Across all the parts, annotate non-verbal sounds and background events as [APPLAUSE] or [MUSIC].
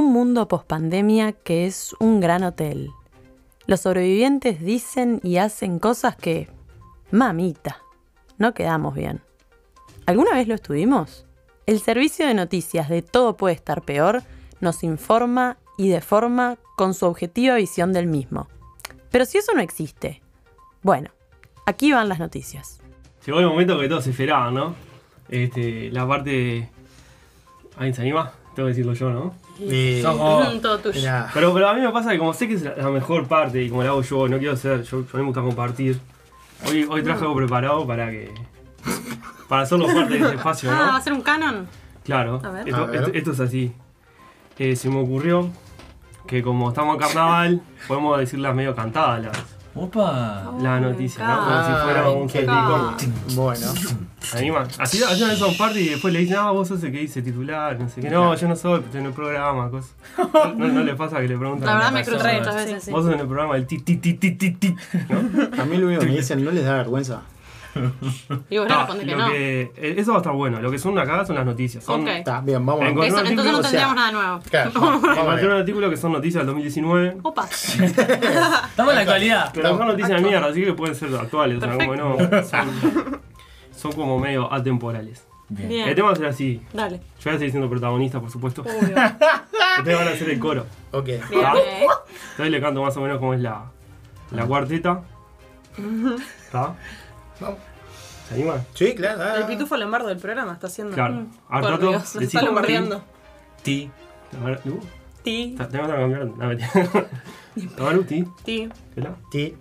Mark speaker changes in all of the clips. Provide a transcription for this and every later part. Speaker 1: mundo pospandemia que es un gran hotel. Los sobrevivientes dicen y hacen cosas que, mamita, no quedamos bien. ¿Alguna vez lo estuvimos? El servicio de noticias de Todo puede estar peor nos informa y deforma con su objetiva visión del mismo. Pero si eso no existe, bueno, aquí van las noticias.
Speaker 2: Llegó el momento que todos esperaban, ¿no? Este, la parte de... ¿Alguien se anima? Tengo que decirlo yo, ¿no?
Speaker 3: Eh,
Speaker 2: Sos vos.
Speaker 4: Todo tuyo.
Speaker 3: mirá,
Speaker 2: Pero, pero a mí me pasa que como sé que es la, la mejor parte y como la hago yo, no quiero hacer, yo, yo a mí me gusta compartir. Hoy, hoy traje algo preparado para que... Para hacerlo parte de este espacio,
Speaker 4: Ah, ¿va
Speaker 2: ¿no?
Speaker 4: a ser un canon?
Speaker 2: Claro,
Speaker 4: A ver.
Speaker 3: A
Speaker 2: esto,
Speaker 3: ver.
Speaker 2: esto- esto es así. Eh, se me ocurrió que como estamos en carnaval, podemos decirlas medio cantadas las,
Speaker 5: Opa.
Speaker 2: las
Speaker 4: Oh, me
Speaker 2: noticias, ¿no? Como
Speaker 4: encanta.
Speaker 2: si fuera un
Speaker 3: Ah, Qué
Speaker 2: salpicón.
Speaker 3: bueno.
Speaker 2: ¿Se animan? Así hacían eso a un party y después le dicen, ah, vos sos el que dice titular, no sé qué. No, yo no soy, estoy en el programa, cosas. No, no, no le pasa que le preguntan.
Speaker 4: La verdad me
Speaker 5: razón,
Speaker 4: crutré
Speaker 5: ¿no?
Speaker 4: muchas veces. sí.
Speaker 2: Vos sos en el programa el ti, ti, ti, ti, ti, ti. ¿no?
Speaker 3: A mí lo único que me dicen, ¿no les da vergüenza?
Speaker 4: Y vos le
Speaker 2: Ah,
Speaker 4: respondés que
Speaker 2: lo
Speaker 4: no.
Speaker 2: que- eh, eso va a estar bueno. Lo que son acá son las noticias. Son,
Speaker 4: Ok.
Speaker 3: Está bien, vamos.
Speaker 2: Vengo-
Speaker 4: Eso-
Speaker 2: Con un artículo,
Speaker 4: entonces no
Speaker 3: o sea,
Speaker 4: tendríamos nada nuevo.
Speaker 3: Claro, vamos, vamos
Speaker 2: Encontré un
Speaker 3: allá.
Speaker 2: artículo que son noticias del 2019.
Speaker 4: Opa.
Speaker 5: Estamos en la actualidad.
Speaker 2: Pero son noticias de mierda, así que pueden ser actuales, o sea, como que no. Son, son como medio atemporales.
Speaker 5: Bien.
Speaker 4: Bien.
Speaker 2: El tema va a ser así.
Speaker 4: Dale.
Speaker 2: Yo voy a seguir siendo protagonista, por supuesto.
Speaker 4: Obvio.
Speaker 2: Ustedes van a hacer el coro.
Speaker 3: [LAUGHS] Ok.
Speaker 4: Bien.
Speaker 2: Ah.
Speaker 4: eh.
Speaker 2: Entonces le canto más o menos como es la, la cuarteta. ¿Está?
Speaker 3: Vamos.
Speaker 2: ¿Se animan?
Speaker 3: Sí, claro. ah.
Speaker 6: El pitufo Lombardo del programa está haciendo.
Speaker 2: Claro. Ahora
Speaker 6: Por
Speaker 2: trato
Speaker 6: Dios, se
Speaker 2: de
Speaker 6: está lombardeando.
Speaker 5: Ti.
Speaker 2: A ver, uh,
Speaker 4: Ti,
Speaker 2: ta- tenemos que cambiar. No, mentira. Tamaru, ti.
Speaker 4: ti.
Speaker 2: ¿Verdad?
Speaker 3: Ti.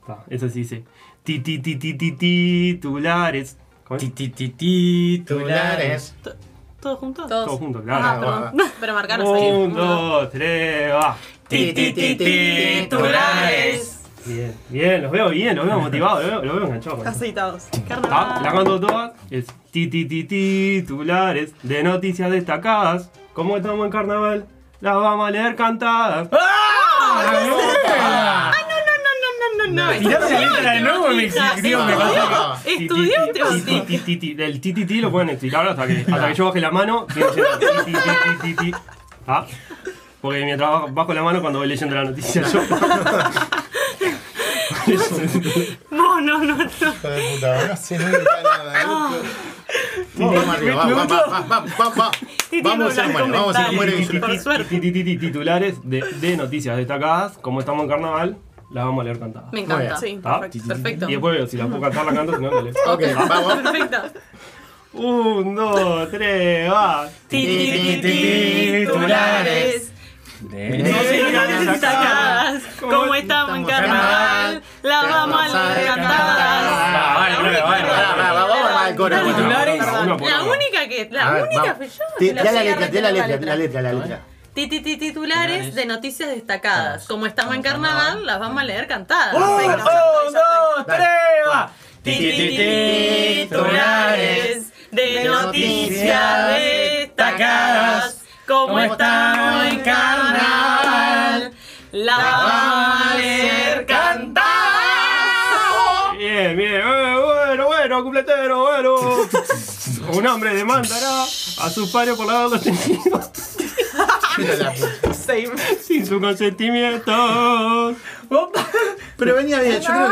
Speaker 2: Está, eso sí dice. Ti, ti, ti, ti, ti, titulares. ¿Cómo es?
Speaker 5: Ti, ti, ti, ti, tulares.
Speaker 4: ¿Todos juntos?
Speaker 2: Todo
Speaker 6: Todos.
Speaker 2: junto,
Speaker 3: Ah,
Speaker 2: claro.
Speaker 3: va.
Speaker 6: Pero marcaros ahí.
Speaker 2: Un, dos, tres, va.
Speaker 5: Ti, ti, ti, ti, tulares.
Speaker 2: Bien, bien, los veo bien, los veo motivados, los veo, los veo enganchados.
Speaker 6: [LAUGHS]
Speaker 2: con eso.
Speaker 6: Aceitados.
Speaker 2: Ah, la canto todas, es ti ti ti ti, titulares de noticias destacadas. Como estamos en carnaval, las vamos a leer cantadas.
Speaker 5: ¡Ah!
Speaker 4: No, no, no, no.
Speaker 5: Tirame la letra de nuevo me
Speaker 4: Bautista,
Speaker 5: exigió, me pasó.
Speaker 3: Ah,
Speaker 2: Ti, ti,
Speaker 4: Estudiante
Speaker 2: ti, ti,
Speaker 4: Bautista.
Speaker 2: ti, ti, ti. El ti ti ti lo pueden explicar hasta que, hasta que yo baje la mano. viene siendo ti, ti, ti, ti, ti, ti. Ah, Porque mientras bajo- bajo la mano cuando voy leyendo la noticia yo.
Speaker 4: No, no, no, no.
Speaker 3: hijo de puta, no sé, no me está
Speaker 4: [LAUGHS]
Speaker 3: nada. Vamos arriba, vamos, vamos, vamos, vamos, vamos. Vamos a ser buenos, vamos a ser buenos.
Speaker 2: Ti, ti,
Speaker 4: Por
Speaker 2: ti,
Speaker 4: suerte.
Speaker 2: ti, ti, ti, ti, Titulares de, de noticias destacadas. Como estamos en carnaval, las vamos a leer cantadas.
Speaker 4: Me
Speaker 3: Muy
Speaker 4: encanta.
Speaker 3: bien.
Speaker 6: Sí,
Speaker 2: Ah.
Speaker 6: perfecto. perfecto.
Speaker 2: Y después veo si la puedo cantar, la canto, si no, no [LAUGHS] leo.
Speaker 3: Ok, vamos.
Speaker 6: Perfecto.
Speaker 2: Un, dos, tres, va.
Speaker 4: Ti, ti, ti, ti,
Speaker 5: Titulares.
Speaker 4: titulares. Noticias destacadas. Como estamos en carnaval, la vamos a leer cantadas.
Speaker 5: Ah, vale, vale, vale,
Speaker 3: Pará, pará,
Speaker 5: vale.
Speaker 3: Vamos al coro.
Speaker 5: Titulares.
Speaker 2: Uno por
Speaker 4: La
Speaker 2: uno.
Speaker 4: única que.
Speaker 3: A
Speaker 4: La
Speaker 3: ver,
Speaker 4: única
Speaker 3: vamos.
Speaker 4: fue yo.
Speaker 3: Ti-
Speaker 4: La
Speaker 3: Tira la
Speaker 4: llegué a
Speaker 3: letra, tira la
Speaker 6: recitar
Speaker 3: letra, la letra, la letra.
Speaker 4: Ti, ti, ti, titulares de noticias destacadas. Como estamos en carnaval, las vamos a leer cantadas.
Speaker 5: Un,
Speaker 4: Perfecto.
Speaker 5: dos, tres, va. Ti, ti, ti, ti, titulares.
Speaker 4: Titulares de noticias destacadas. Como estamos en carnaval, la vamos a leer cantadas.
Speaker 2: Bien, bien. Eh, bueno, bueno, cumpletero,
Speaker 5: [LAUGHS]
Speaker 2: bueno. Un hombre demandará a su padre por lavar los tejidos
Speaker 3: Mira la puta.
Speaker 2: sin su consentimiento.
Speaker 5: Opa.
Speaker 3: Pero venía bien, yo no,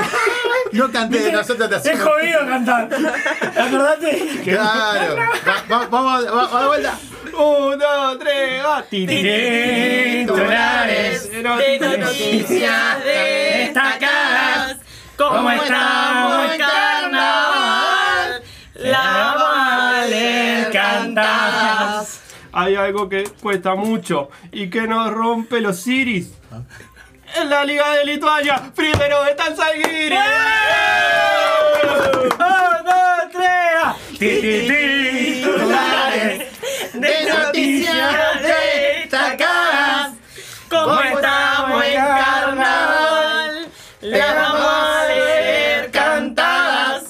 Speaker 3: no canté de nosotros te
Speaker 5: Es
Speaker 3: hacemos.
Speaker 5: jodido cantar. ¿Acordate?
Speaker 3: Claro. Va- va- Vamos, va- va de vuelta.
Speaker 2: Un, dos, tres, va. Ti, ti, ti,
Speaker 3: Titulares
Speaker 4: De noticias destacadas. Como estamos en carnaval, la vamos a leer cantadas.
Speaker 2: Hay algo que cuesta mucho y que nos rompe los ciris. En la Liga de Lituania, primero están Salguiri.
Speaker 5: Un, dos, tres, va. Ti, ti, ti, titulares.
Speaker 3: De noticias destacadas.
Speaker 4: Como estamos en carnaval, la vamos a leer cantadas.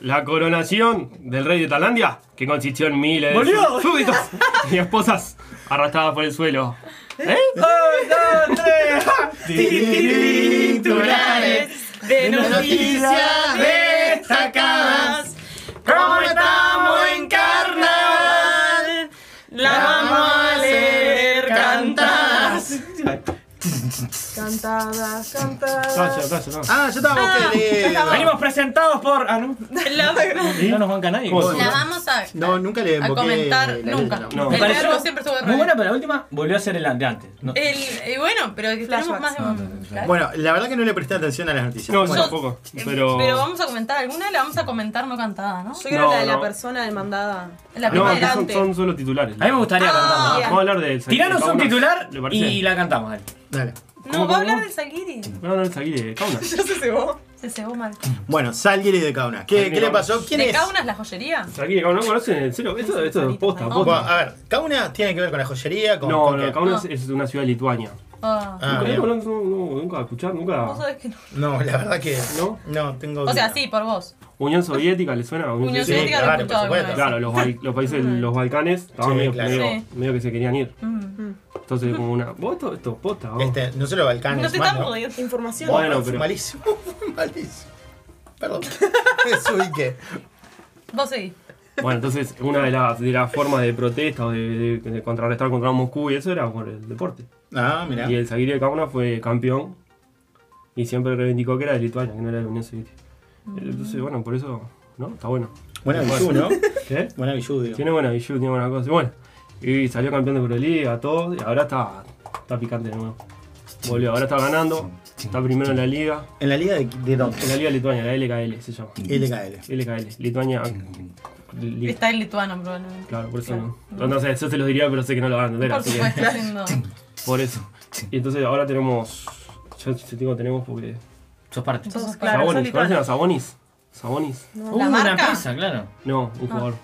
Speaker 2: La coronación del rey de Tailandia, que consistió en miles de
Speaker 5: Boludo.
Speaker 2: súbditos y esposas arrastradas por el suelo. ¿Eh?
Speaker 5: Un, dos, tres, va. Ti, ti, ti, titulares.
Speaker 4: Titulares de noticias destacadas. Como estamos en carnaval, la vamos a leer cantadas.
Speaker 6: Cantadas, cantadas.
Speaker 2: Calla, calla, no.
Speaker 3: Ah, yo estaba qué lindo.
Speaker 5: Venimos presentados por. Ah, no.
Speaker 4: La,
Speaker 5: ¿Y? No nos banca nadie.
Speaker 2: ¿Cómo
Speaker 3: Bueno.
Speaker 4: Muy
Speaker 3: se- Bueno.
Speaker 4: buena. la vamos a,
Speaker 3: No, nunca le
Speaker 4: a
Speaker 3: invoqué
Speaker 4: comentar.
Speaker 3: la letra,
Speaker 4: Nunca.
Speaker 2: No.
Speaker 4: El
Speaker 5: Pareció
Speaker 4: verbo siempre estuvo
Speaker 5: Muy
Speaker 4: re
Speaker 5: buena, pero la última volvió a ser el ante antes. No.
Speaker 4: El, y bueno, pero que tenemos
Speaker 6: Flashbacks.
Speaker 4: más de un.
Speaker 3: Bueno, la verdad que no le presté atención a las noticias.
Speaker 2: No, yo
Speaker 3: Bueno,
Speaker 2: tampoco.
Speaker 4: pero...
Speaker 2: Pero.
Speaker 4: vamos a comentar alguna, la vamos a comentar no cantada, ¿no?
Speaker 6: Yo quiero
Speaker 2: No,
Speaker 6: la de la
Speaker 2: no.
Speaker 6: persona demandada.
Speaker 4: La
Speaker 2: no,
Speaker 4: primera
Speaker 2: acá son,
Speaker 4: antes.
Speaker 2: son solo titulares.
Speaker 5: A mí me
Speaker 4: Ah.
Speaker 5: gustaría cantarla.
Speaker 2: Vamos a hablar de Zaguirre.
Speaker 5: Tiranos un
Speaker 2: Kaunas.
Speaker 5: titular
Speaker 2: ¿Le parece?
Speaker 5: y la cantamos. dale.
Speaker 3: Dale.
Speaker 4: No,
Speaker 2: ¿Cómo,
Speaker 4: va a
Speaker 2: cómo?
Speaker 4: hablar del Salguiri.
Speaker 2: No, no, el Zaguirre, Kaunas.
Speaker 6: Ya se cebó.
Speaker 4: Se cebó mal.
Speaker 3: Bueno, Salguiri de Kaunas. ¿Qué,
Speaker 2: Salguiri
Speaker 3: ¿qué le
Speaker 2: de
Speaker 3: pasó? ¿Quién
Speaker 4: ¿De
Speaker 3: es?
Speaker 4: Kaunas la joyería?
Speaker 2: Zaguirre, Kaunas. ¿No conocen? ¿En serio? Esto, esto es posta,
Speaker 3: Bueno,
Speaker 2: posta.
Speaker 3: a ver, Kaunas tiene que ver con la joyería, con.
Speaker 2: No,
Speaker 3: con
Speaker 2: no,
Speaker 3: qué?
Speaker 2: Kaunas es una ciudad de Lituania.
Speaker 4: Ah.
Speaker 3: Ah,
Speaker 2: nunca,
Speaker 3: bien.
Speaker 2: nunca, no, no, nunca escuchar,
Speaker 4: Vos
Speaker 2: nunca.
Speaker 4: sabés que no.
Speaker 3: No, la verdad que.
Speaker 2: ¿No?
Speaker 3: No, tengo.
Speaker 4: O sea,
Speaker 3: duda.
Speaker 4: sí, por vos.
Speaker 2: Unión Soviética, ¿le suena?
Speaker 4: Unión
Speaker 3: Sí,
Speaker 4: Soviética lo he
Speaker 3: claro,
Speaker 4: escuchado
Speaker 3: por
Speaker 4: alguna vez.
Speaker 2: Claro, los, bai- los países de los Balcanes estaban
Speaker 3: Sí,
Speaker 2: medio,
Speaker 3: claro.
Speaker 2: medio,
Speaker 4: Sí.
Speaker 2: medio que se querían ir.
Speaker 4: Mm.
Speaker 2: Entonces, como una. ¿Vos esto, esto es posta? vos?
Speaker 3: Este, no solo Balcanes.
Speaker 4: No te
Speaker 3: más,
Speaker 4: están pudiendo.
Speaker 6: Información.
Speaker 2: Bueno,
Speaker 3: Bueno,
Speaker 2: pero-
Speaker 3: malísimo, [LAUGHS] malísimo. [LAUGHS] Perdón. Eso y qué.
Speaker 4: Vos seguís.
Speaker 2: Bueno, entonces, una de las de las formas de protesta o de, de- de contrarrestar contra Moscú y eso era por el deporte.
Speaker 3: Ah, mirá.
Speaker 2: Y el Zaguirre de Kaunas fue campeón y siempre reivindicó que era de Lituania, que no era de la Unión Soviética. Entonces, bueno, por eso, ¿no? Está bueno.
Speaker 3: Buena bijú, ¿no?
Speaker 2: ¿Qué?
Speaker 3: Buena bijú, digo.
Speaker 2: Tiene buena visión, tiene buena cosa. Y bueno, y salió campeón de Euroliga, todo, y ahora está, está picante de nuevo. Volvió, ahora está ganando, está primero en la liga,
Speaker 3: ¿En la liga de, de dónde?
Speaker 2: en la liga de Lituania, la LKL se llama.
Speaker 3: LKL.
Speaker 2: LKL, Lituania. li-
Speaker 4: Está en lituano probablemente.
Speaker 2: Claro, por eso no. No, no sé, yo te los diría, pero sé que no lo van a entender.
Speaker 4: Por
Speaker 2: así que-
Speaker 4: supuesto, haciendo.
Speaker 2: [LAUGHS] por eso. Y entonces ahora tenemos. Yo te digo tenemos porque.
Speaker 5: Sos parte.
Speaker 4: Sos- claro, sos
Speaker 2: Sabonis,
Speaker 4: lituano.
Speaker 2: ¿conocen a Sabonis? Sabonis.
Speaker 5: Uh,
Speaker 4: ¿La
Speaker 5: una
Speaker 4: marca?
Speaker 5: empresa, claro.
Speaker 2: No, un jugador.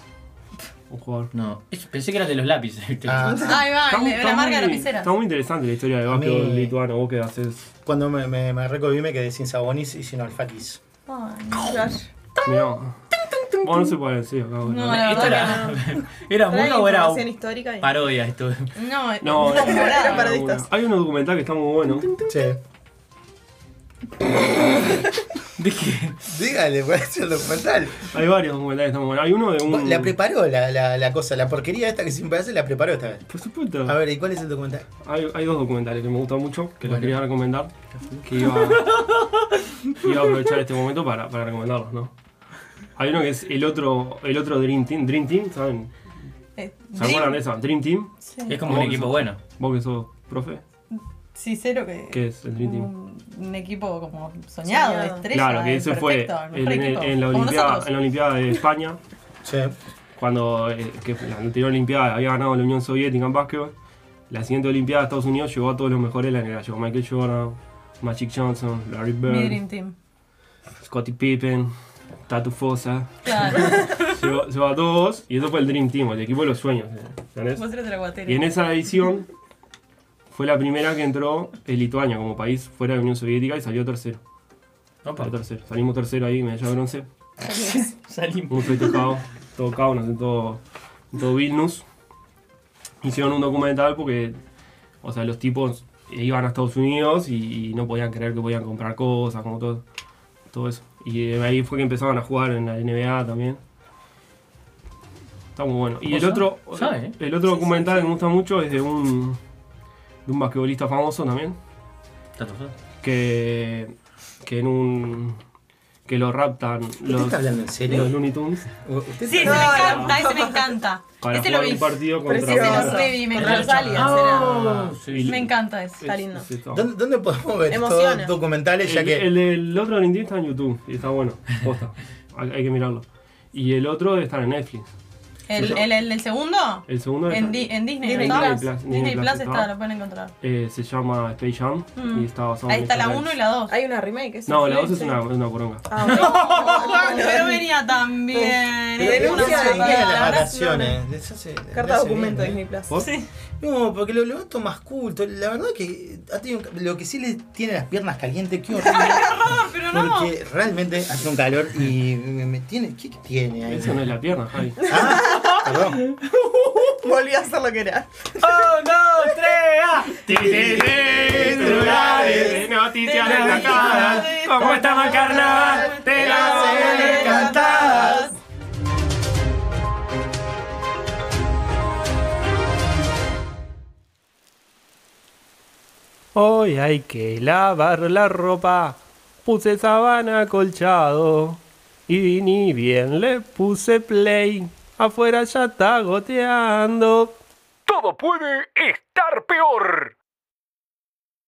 Speaker 2: Un jugador.
Speaker 5: No, es- pensé que era de los lápices. [LAUGHS] ¿viste?
Speaker 3: Ah,
Speaker 4: Ahí va,
Speaker 2: muy-
Speaker 4: la marca de
Speaker 2: muy-
Speaker 4: la piscera.
Speaker 2: Está muy interesante la historia de básquetbol
Speaker 3: Me-
Speaker 2: lituano. Vos que haces.
Speaker 3: cuando me, me, me recobrí me quedé sin Sabonis y sin Alfakis.
Speaker 2: Mirá. Vos no se puede decir acá.
Speaker 4: No,
Speaker 2: boludo.
Speaker 4: la
Speaker 5: ¿Esto
Speaker 4: verdad
Speaker 5: era, [LAUGHS] era
Speaker 6: ¿Trae
Speaker 5: mundo o era
Speaker 6: información histórica? y-
Speaker 5: parodia esto? [LAUGHS]
Speaker 4: que no.
Speaker 2: No,
Speaker 4: No,
Speaker 2: no,
Speaker 6: Era
Speaker 2: no,
Speaker 6: para
Speaker 2: no,
Speaker 6: distas.
Speaker 2: Hay un documental que está muy bueno.
Speaker 3: Sí.
Speaker 5: ¿De qué?
Speaker 3: Dígale, pues, puede ser documental.
Speaker 2: Hay varios documentales que están muy buenos. Hay uno de un.
Speaker 3: La preparó la, la, la cosa, la porquería esta que siempre hace, la preparó esta vez.
Speaker 2: Por supuesto.
Speaker 3: A ver, ¿y cuál es el documental?
Speaker 2: Hay, hay dos documentales que me gustan mucho, que
Speaker 3: Bueno.
Speaker 2: les quería recomendar, que iba,
Speaker 3: [LAUGHS]
Speaker 2: iba a aprovechar este momento para, para recomendarlos, ¿no? Hay uno que es el otro, el otro Dream Team, Dream Team, ¿saben?
Speaker 4: Eh,
Speaker 2: ¿Se acuerdan de
Speaker 4: Dream-
Speaker 2: esa? Dream Team,
Speaker 5: Es
Speaker 4: Sí.
Speaker 5: como un equipo bueno.
Speaker 2: vos que sos profe,
Speaker 4: Sí, cero que.
Speaker 2: ¿qué es el Dream Team?
Speaker 4: un, un equipo como soñado,
Speaker 6: Soñado.
Speaker 4: estrella.
Speaker 2: Claro, que
Speaker 4: el
Speaker 2: ese fue
Speaker 4: perfecto, el
Speaker 2: en,
Speaker 4: mejor
Speaker 2: en-
Speaker 4: equipo.
Speaker 2: en la
Speaker 4: Como
Speaker 2: Olimpiada,
Speaker 4: nosotros.
Speaker 2: en la Olimpiada de España,
Speaker 3: Sí.
Speaker 2: cuando eh, que la anterior Olimpiada había ganado la Unión Soviética en básquetbol, la siguiente Olimpiada de Estados Unidos llegó a todos los mejores de la generación, Michael Jordan, Magic Johnson, Larry Bird.
Speaker 4: Mi Dream Team.
Speaker 2: Scottie Pippen, Tatu Fosa, [LAUGHS]
Speaker 4: Claro,
Speaker 2: se va, se va a todos y eso fue el Dream Team, el equipo de los sueños. eh, ¿entendés?
Speaker 4: vos eres de la guatera.
Speaker 2: Y en esa edición fue la primera que entró el Lituania como país fuera de la Unión Soviética y salió tercero.
Speaker 5: Opa,
Speaker 2: Salió tercero. Salimos tercero ahí, medalla de bronce,
Speaker 5: salimos.
Speaker 2: muy festejado, todo Kaunas, en todo, en todo Vilnius. Hicieron un documental porque, o sea, los tipos iban a Estados Unidos y, y no podían creer que podían comprar cosas, como todo, todo eso. Y eh, ahí fue que empezaban a jugar en la NBA también. Está muy bueno. Y
Speaker 5: ¿Vos
Speaker 2: el otro,
Speaker 5: sabés?
Speaker 3: eh.
Speaker 5: ¿Sabés?
Speaker 2: el otro documental que me gusta mucho es de un, de un basquetbolista famoso también,
Speaker 5: Tato, sos-
Speaker 2: que, que en un... que lo raptan
Speaker 3: ¿Usted
Speaker 2: los,
Speaker 3: está hablando en serio?
Speaker 2: los Looney Tunes.
Speaker 3: ¿Usted
Speaker 4: Sí, ese me encanta, ese me encanta.
Speaker 2: [LAUGHS] para
Speaker 4: ese lo
Speaker 2: jugar
Speaker 4: vi.
Speaker 2: un partido
Speaker 4: Ese lo
Speaker 2: contra Oh.
Speaker 4: reví, me encanta.
Speaker 5: Ah, sí.
Speaker 4: Me encanta ese.
Speaker 6: Está lindo.
Speaker 2: Sí, está.
Speaker 3: ¿Dónde, dónde podemos ver
Speaker 6: Emociona.
Speaker 3: estos documentales? Ya
Speaker 2: El,
Speaker 3: que.
Speaker 2: el, del otro Lindy está en YouTube y está bueno, posta. hay, hay que mirarlo. Y el otro está en Netflix.
Speaker 4: El, el, el, el segundo,
Speaker 2: El segundo está-
Speaker 4: en, Di- en Disney,
Speaker 6: Disney
Speaker 4: ¿no está?
Speaker 2: Plus, Disney
Speaker 4: Disney
Speaker 2: Plus
Speaker 4: Plus está,
Speaker 2: está.
Speaker 4: lo pueden encontrar.
Speaker 2: eh, se llama Space Jam y está basado
Speaker 4: Ahí
Speaker 2: en
Speaker 4: está la
Speaker 2: hechos
Speaker 4: 1 y
Speaker 2: reales.
Speaker 4: la 2.
Speaker 6: Hay una remake. ¿es?
Speaker 2: No, la 2 es
Speaker 6: Sí.
Speaker 2: una, es una poronga.
Speaker 6: Ah, bueno.
Speaker 4: [LAUGHS] pero venía también.
Speaker 3: Pero
Speaker 4: Es
Speaker 3: no
Speaker 4: una
Speaker 3: se
Speaker 6: denuncia
Speaker 3: venía
Speaker 4: mala
Speaker 3: de las
Speaker 4: palabra.
Speaker 3: vacaciones. Les hace- les
Speaker 6: Carta
Speaker 3: hace
Speaker 6: documento de
Speaker 3: bien,
Speaker 6: Disney
Speaker 3: ¿eh?
Speaker 6: Plus.
Speaker 2: ¿Por?
Speaker 4: Sí.
Speaker 3: No, porque lo levanto más culto. La verdad que ha tenido un ca- lo que sí le tiene las piernas calientes, qué horrible.
Speaker 4: [LAUGHS] Pero no.
Speaker 3: Porque realmente hace un calor y me, me tiene. ¿Qué tiene ahí?
Speaker 2: Eso no es la pierna, Javi.
Speaker 3: Ah, perdón.
Speaker 6: [LAUGHS] Volví a hacer lo que era. Oh,
Speaker 5: ¡Un, dos, tres, ah!
Speaker 2: Titulares, noticias destacadas,
Speaker 5: ¿Cómo estamos en carnaval? Te la voy a encantar.
Speaker 2: Hoy hay que lavar la ropa. Puse sabana colchado. Y ni bien le puse play. Afuera ya está goteando.
Speaker 7: Todo puede estar peor.